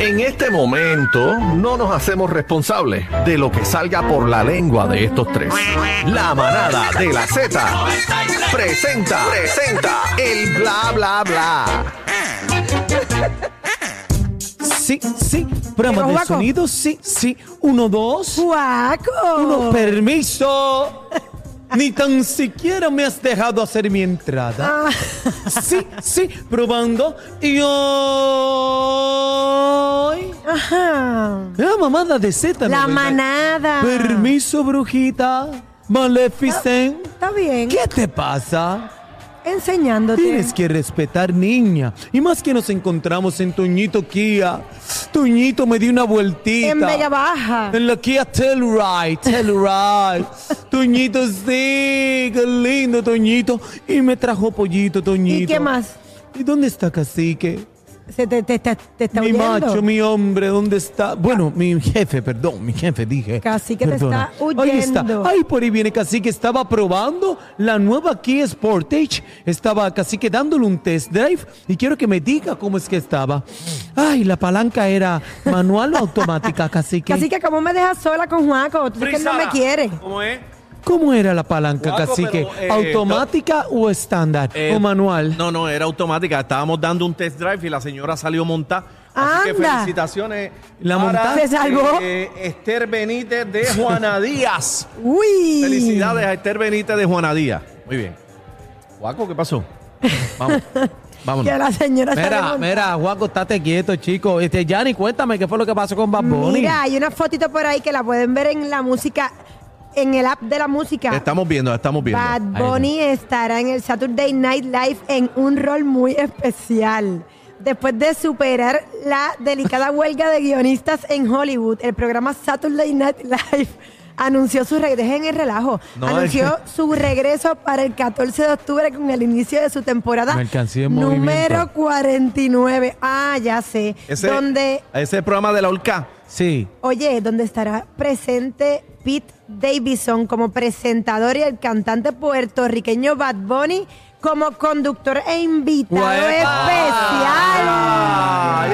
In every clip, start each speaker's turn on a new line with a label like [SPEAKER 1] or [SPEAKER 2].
[SPEAKER 1] En este momento no nos hacemos responsables de lo que salga por la lengua de estos tres. La manada de la Z presenta, presenta el bla bla bla.
[SPEAKER 2] Sí, sí. Programa de
[SPEAKER 3] Guaco.
[SPEAKER 2] sonido, sí, sí. Uno, dos. Uno,
[SPEAKER 3] ¡Guaco!
[SPEAKER 2] permiso. Ni tan siquiera me has dejado hacer mi entrada.
[SPEAKER 3] Ah,
[SPEAKER 2] Sí, sí, probando. Y hoy.
[SPEAKER 3] ajá.
[SPEAKER 2] La mamada de Z.
[SPEAKER 3] La
[SPEAKER 2] ¿no?
[SPEAKER 3] manada.
[SPEAKER 2] Permiso, brujita. Maleficent.
[SPEAKER 3] Está bien.
[SPEAKER 2] ¿Qué te pasa?
[SPEAKER 3] Enseñándote.
[SPEAKER 2] Tienes que respetar, niña. Y más que nos encontramos en Toñito Kia. Toñito me dio una vueltita.
[SPEAKER 3] En Bella Baja.
[SPEAKER 2] En la Kia Telluride, Telluride. Toñito, sí, qué lindo, Toñito. Y me trajo pollito, Toñito.
[SPEAKER 3] ¿Y qué más?
[SPEAKER 2] ¿Y dónde está Cacique?
[SPEAKER 3] Se te, te está- te está
[SPEAKER 2] Mi
[SPEAKER 3] huyendo.
[SPEAKER 2] macho, mi hombre, ¿dónde está? Bueno, mi jefe, perdón, mi jefe, dije.
[SPEAKER 3] Cacique te
[SPEAKER 2] Perdona.
[SPEAKER 3] está huyendo.
[SPEAKER 2] Ahí está. Ay, por ahí viene Cacique. Estaba probando la nueva Kia Sportage. Estaba Cacique dándole un test drive y quiero que me diga cómo es que
[SPEAKER 3] Mm.
[SPEAKER 2] estaba. Ay, la palanca era manual o automática, Cacique.
[SPEAKER 3] Así que como me dejas sola con Juaco, tú dices que él no me quiere.
[SPEAKER 4] ¿Cómo es?
[SPEAKER 2] ¿Cómo era la palanca,
[SPEAKER 4] Guaco,
[SPEAKER 2] Cacique?
[SPEAKER 4] pero, eh,
[SPEAKER 2] ¿Automática o estándar?
[SPEAKER 4] Eh,
[SPEAKER 2] ¿O manual?
[SPEAKER 4] No, no, era automática. Estábamos dando un test drive y la señora salió montada. Así que
[SPEAKER 3] Anda.
[SPEAKER 4] felicitaciones.
[SPEAKER 2] La
[SPEAKER 4] para,
[SPEAKER 2] montada.
[SPEAKER 3] Se salvó.
[SPEAKER 4] eh, Esther Benítez de Juana Díaz.
[SPEAKER 3] Uy.
[SPEAKER 4] Felicidades a Esther Benítez de Juana Díaz. Muy bien. Guaco, ¿qué pasó? Vamos. Vámonos.
[SPEAKER 3] Que la señora se
[SPEAKER 2] Mira,
[SPEAKER 3] remontó.
[SPEAKER 2] mira, Juaco, estate quieto, chico. Este, Yanni, cuéntame qué fue lo que pasó con Bad Bunny.
[SPEAKER 3] Mira, hay una fotito por ahí que la pueden ver en la música, en el app de la música.
[SPEAKER 4] Estamos viendo, estamos viendo.
[SPEAKER 3] Bad Bunny estará en el Saturday Night Live en un rol muy especial. Después de superar la delicada huelga de guionistas en Hollywood, el programa Saturday Night Live anunció su regreso en el relajo.
[SPEAKER 4] No,
[SPEAKER 3] anunció su regreso para el 14 de octubre con el inicio de su temporada
[SPEAKER 2] Mercancía en
[SPEAKER 3] número
[SPEAKER 2] movimiento.
[SPEAKER 3] 49. Ah, ya sé.
[SPEAKER 4] Ese,
[SPEAKER 3] donde
[SPEAKER 4] ese programa de la Olca.
[SPEAKER 2] Sí.
[SPEAKER 3] Oye, donde estará presente Pete Davidson como presentador y el cantante puertorriqueño Bad Bunny como conductor e invitado
[SPEAKER 2] ¡Uepa!
[SPEAKER 3] especial.
[SPEAKER 4] Ah,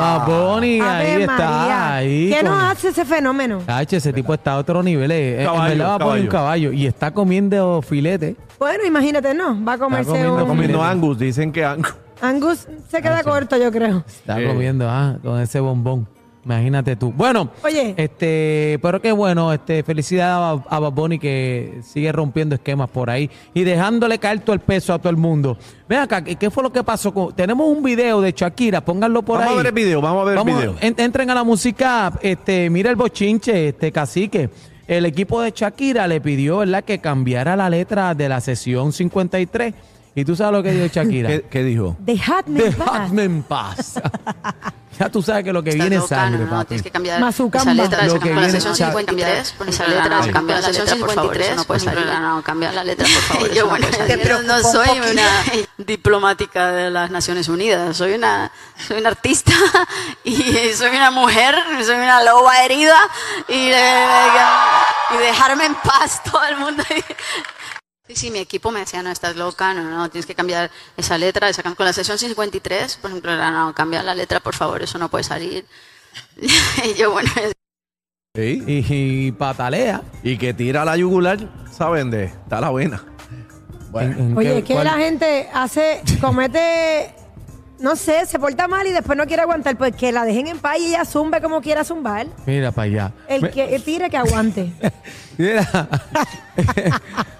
[SPEAKER 2] Bad
[SPEAKER 4] ya.
[SPEAKER 2] Bunny,
[SPEAKER 3] Ave
[SPEAKER 2] ahí está.
[SPEAKER 3] María.
[SPEAKER 2] Ahí
[SPEAKER 3] ¿Qué
[SPEAKER 2] con-
[SPEAKER 3] nos hace ese fenómeno?
[SPEAKER 2] Cacho, ese tipo está a otro nivel. eh. Eh,
[SPEAKER 4] Caballo,
[SPEAKER 2] en verdad va a poner un caballo y está comiendo filete.
[SPEAKER 3] Bueno, imagínate, no, va a comerse
[SPEAKER 2] comiendo, Ah,
[SPEAKER 3] un...
[SPEAKER 4] Comiendo Angus, dicen que Angus.
[SPEAKER 3] Angus se queda corto, yo creo.
[SPEAKER 2] Está
[SPEAKER 4] Sí.
[SPEAKER 2] comiendo, ah, con ese bombón. Imagínate tú. Bueno,
[SPEAKER 3] Oye.
[SPEAKER 2] este, pero qué bueno, este, felicidad a, Ba- a Bad Bunny que sigue rompiendo esquemas por ahí y dejándole caer todo el peso a todo el mundo. Ven acá, ¿qué qué fue lo que pasó? con- tenemos un video de Shakira, pónganlo por
[SPEAKER 4] Vamos a
[SPEAKER 2] ahí.
[SPEAKER 4] ver el video, vamos a ver el video.
[SPEAKER 2] en- entren a la música, app, este, mira el bochinche, este cacique. El equipo de Shakira le pidió, ¿verdad?, que cambiara la letra de la sesión 53. Y tú sabes lo que dijo Shakira.
[SPEAKER 4] ¿Qué, qué dijo?
[SPEAKER 3] Dejadme en paz.
[SPEAKER 2] Dejadme en paz. ya tú sabes que lo que viene es sangre,
[SPEAKER 5] no,
[SPEAKER 2] papi.
[SPEAKER 5] tienes que cambiar
[SPEAKER 3] Mazucamba.
[SPEAKER 5] esa letra,
[SPEAKER 2] Lo
[SPEAKER 5] esa
[SPEAKER 2] que
[SPEAKER 5] cambiar la
[SPEAKER 2] viene
[SPEAKER 5] sesión
[SPEAKER 2] cha-
[SPEAKER 5] 53, esa letra, no, cambia la sesión 53, eso no puede salir, Ah, no, no, cambia la letra, por favor. Yo, bueno, yo no soy una diplomática de las Naciones Unidas, soy una, soy una artista y soy una mujer, soy una loba herida y, eh, y dejarme en paz todo el mundo. Sí, sí, mi equipo me decía, no, estás loca, no, no, tienes que cambiar esa letra, esa can- con la sesión 53, por ejemplo, era, no, cambia la letra, por favor, eso no puede salir. y yo, bueno, es-
[SPEAKER 4] Sí.
[SPEAKER 2] Y, y patalea.
[SPEAKER 4] Y que tira la yugular, ¿saben de? Está la buena. Bueno,
[SPEAKER 2] ¿En
[SPEAKER 3] Oye,
[SPEAKER 2] qué-
[SPEAKER 3] es que
[SPEAKER 2] cuál-
[SPEAKER 3] la gente hace, comete, no sé, se porta mal y después no quiere aguantar, pues que la dejen en paz y ella zumbe como quiera zumbar.
[SPEAKER 2] Mira para allá.
[SPEAKER 3] El
[SPEAKER 2] Me-
[SPEAKER 3] que tire que aguante.
[SPEAKER 2] Mira.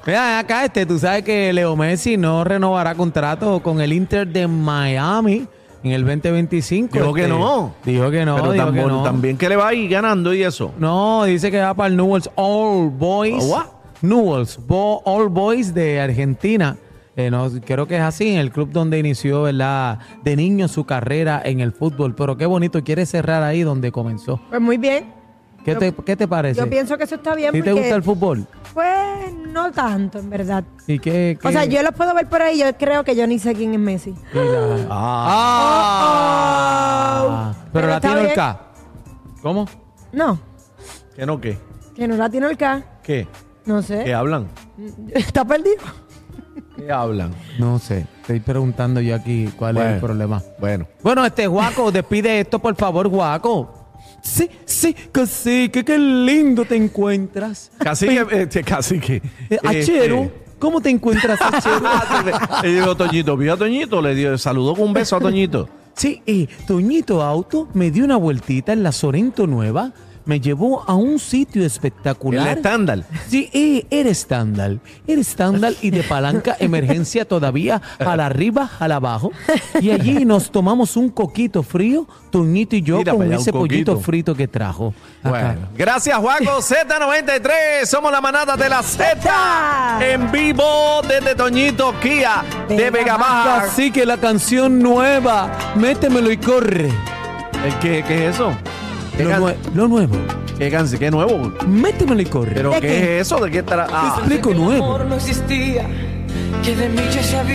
[SPEAKER 2] Mira, acá este, tú sabes que Leo Messi no renovará contrato con el Inter de Miami en el 2025.
[SPEAKER 4] Dijo que
[SPEAKER 2] este.
[SPEAKER 4] no.
[SPEAKER 2] Dijo que no,
[SPEAKER 4] pero
[SPEAKER 2] dijo
[SPEAKER 4] tan
[SPEAKER 2] que
[SPEAKER 4] bon-
[SPEAKER 2] no.
[SPEAKER 4] también que le va a ir ganando y eso.
[SPEAKER 2] No, dice que va para el Newell's All Boys.
[SPEAKER 4] ¿What?
[SPEAKER 2] Newell's Bo- All Boys de Argentina. Eh, no, creo que es así, en el club donde inició, ¿verdad? De niño su carrera en el fútbol. Pero qué bonito, quiere cerrar ahí donde comenzó.
[SPEAKER 3] Pues muy bien.
[SPEAKER 2] ¿Qué,
[SPEAKER 3] Yo-
[SPEAKER 2] te, qué te parece?
[SPEAKER 3] Yo pienso que eso está bien.
[SPEAKER 2] ¿Sí te
[SPEAKER 3] porque,
[SPEAKER 2] gusta el fútbol?
[SPEAKER 3] Pues no tanto, en verdad.
[SPEAKER 2] ¿Y qué,
[SPEAKER 3] O
[SPEAKER 2] qué-
[SPEAKER 3] sea, yo los puedo ver por ahí. Yo creo que yo ni sé quién es
[SPEAKER 2] y
[SPEAKER 3] Messi.
[SPEAKER 2] la- Ah.
[SPEAKER 3] Oh, oh.
[SPEAKER 2] Pero,
[SPEAKER 3] Pero
[SPEAKER 2] la
[SPEAKER 3] está
[SPEAKER 2] tiene el
[SPEAKER 3] bien.
[SPEAKER 2] K. ¿Cómo?
[SPEAKER 3] No,
[SPEAKER 4] ¿Qué no qué?
[SPEAKER 3] que no la tiene el K.
[SPEAKER 4] ¿Qué?
[SPEAKER 3] No
[SPEAKER 4] ¿Qué
[SPEAKER 3] sé.
[SPEAKER 4] hablan?
[SPEAKER 3] Está perdido.
[SPEAKER 4] ¿Qué hablan?
[SPEAKER 2] No sé. Estoy preguntando yo aquí cuál es el
[SPEAKER 4] Bueno.
[SPEAKER 2] problema.
[SPEAKER 4] Bueno.
[SPEAKER 2] Bueno, este Guaco, despide esto, por favor, Guaco. Sí, sí, que sí, que qué lindo te encuentras.
[SPEAKER 4] Cacique, este, cacique.
[SPEAKER 2] Eh, Achero, ¿cómo te encuentras, Achero?
[SPEAKER 4] Este, le digo Toñito, vio a Toñito, le dio, saludó con un beso a Toñito.
[SPEAKER 2] Sí, eh, Toñito Auto me dio una vueltita en la Sorento Nueva, me llevó a un sitio
[SPEAKER 4] El
[SPEAKER 2] espectacular.
[SPEAKER 4] estándar.
[SPEAKER 2] Sí, eh, era estándar. Era estándar y de palanca emergencia todavía, a la arriba, a la abajo. Y allí nos tomamos un coquito frío, Toñito y yo,
[SPEAKER 4] Mira
[SPEAKER 2] con
[SPEAKER 4] para allá, un
[SPEAKER 2] ese pollito
[SPEAKER 4] coquito.
[SPEAKER 2] frito que trajo. Acá.
[SPEAKER 4] Bueno, gracias Juaco Z93, somos la manada de la Z en vivo desde Toñito Kia de
[SPEAKER 3] Venga,
[SPEAKER 4] Vega Baja.
[SPEAKER 2] Así que la canción nueva, métemelo y corre.
[SPEAKER 4] ¿El ¿Qué, qué es eso? ¿Qué,
[SPEAKER 2] Lo,
[SPEAKER 4] can-
[SPEAKER 2] nue- lo nuevo,
[SPEAKER 4] qué can- qué nuevo?
[SPEAKER 2] métemelo y corre.
[SPEAKER 4] ¿Pero
[SPEAKER 3] ¿De
[SPEAKER 4] qué,
[SPEAKER 3] qué?
[SPEAKER 4] es eso? ¿De qué tra- ah.
[SPEAKER 2] Te explico nuevo.
[SPEAKER 6] amor no existía, que de mí ya se había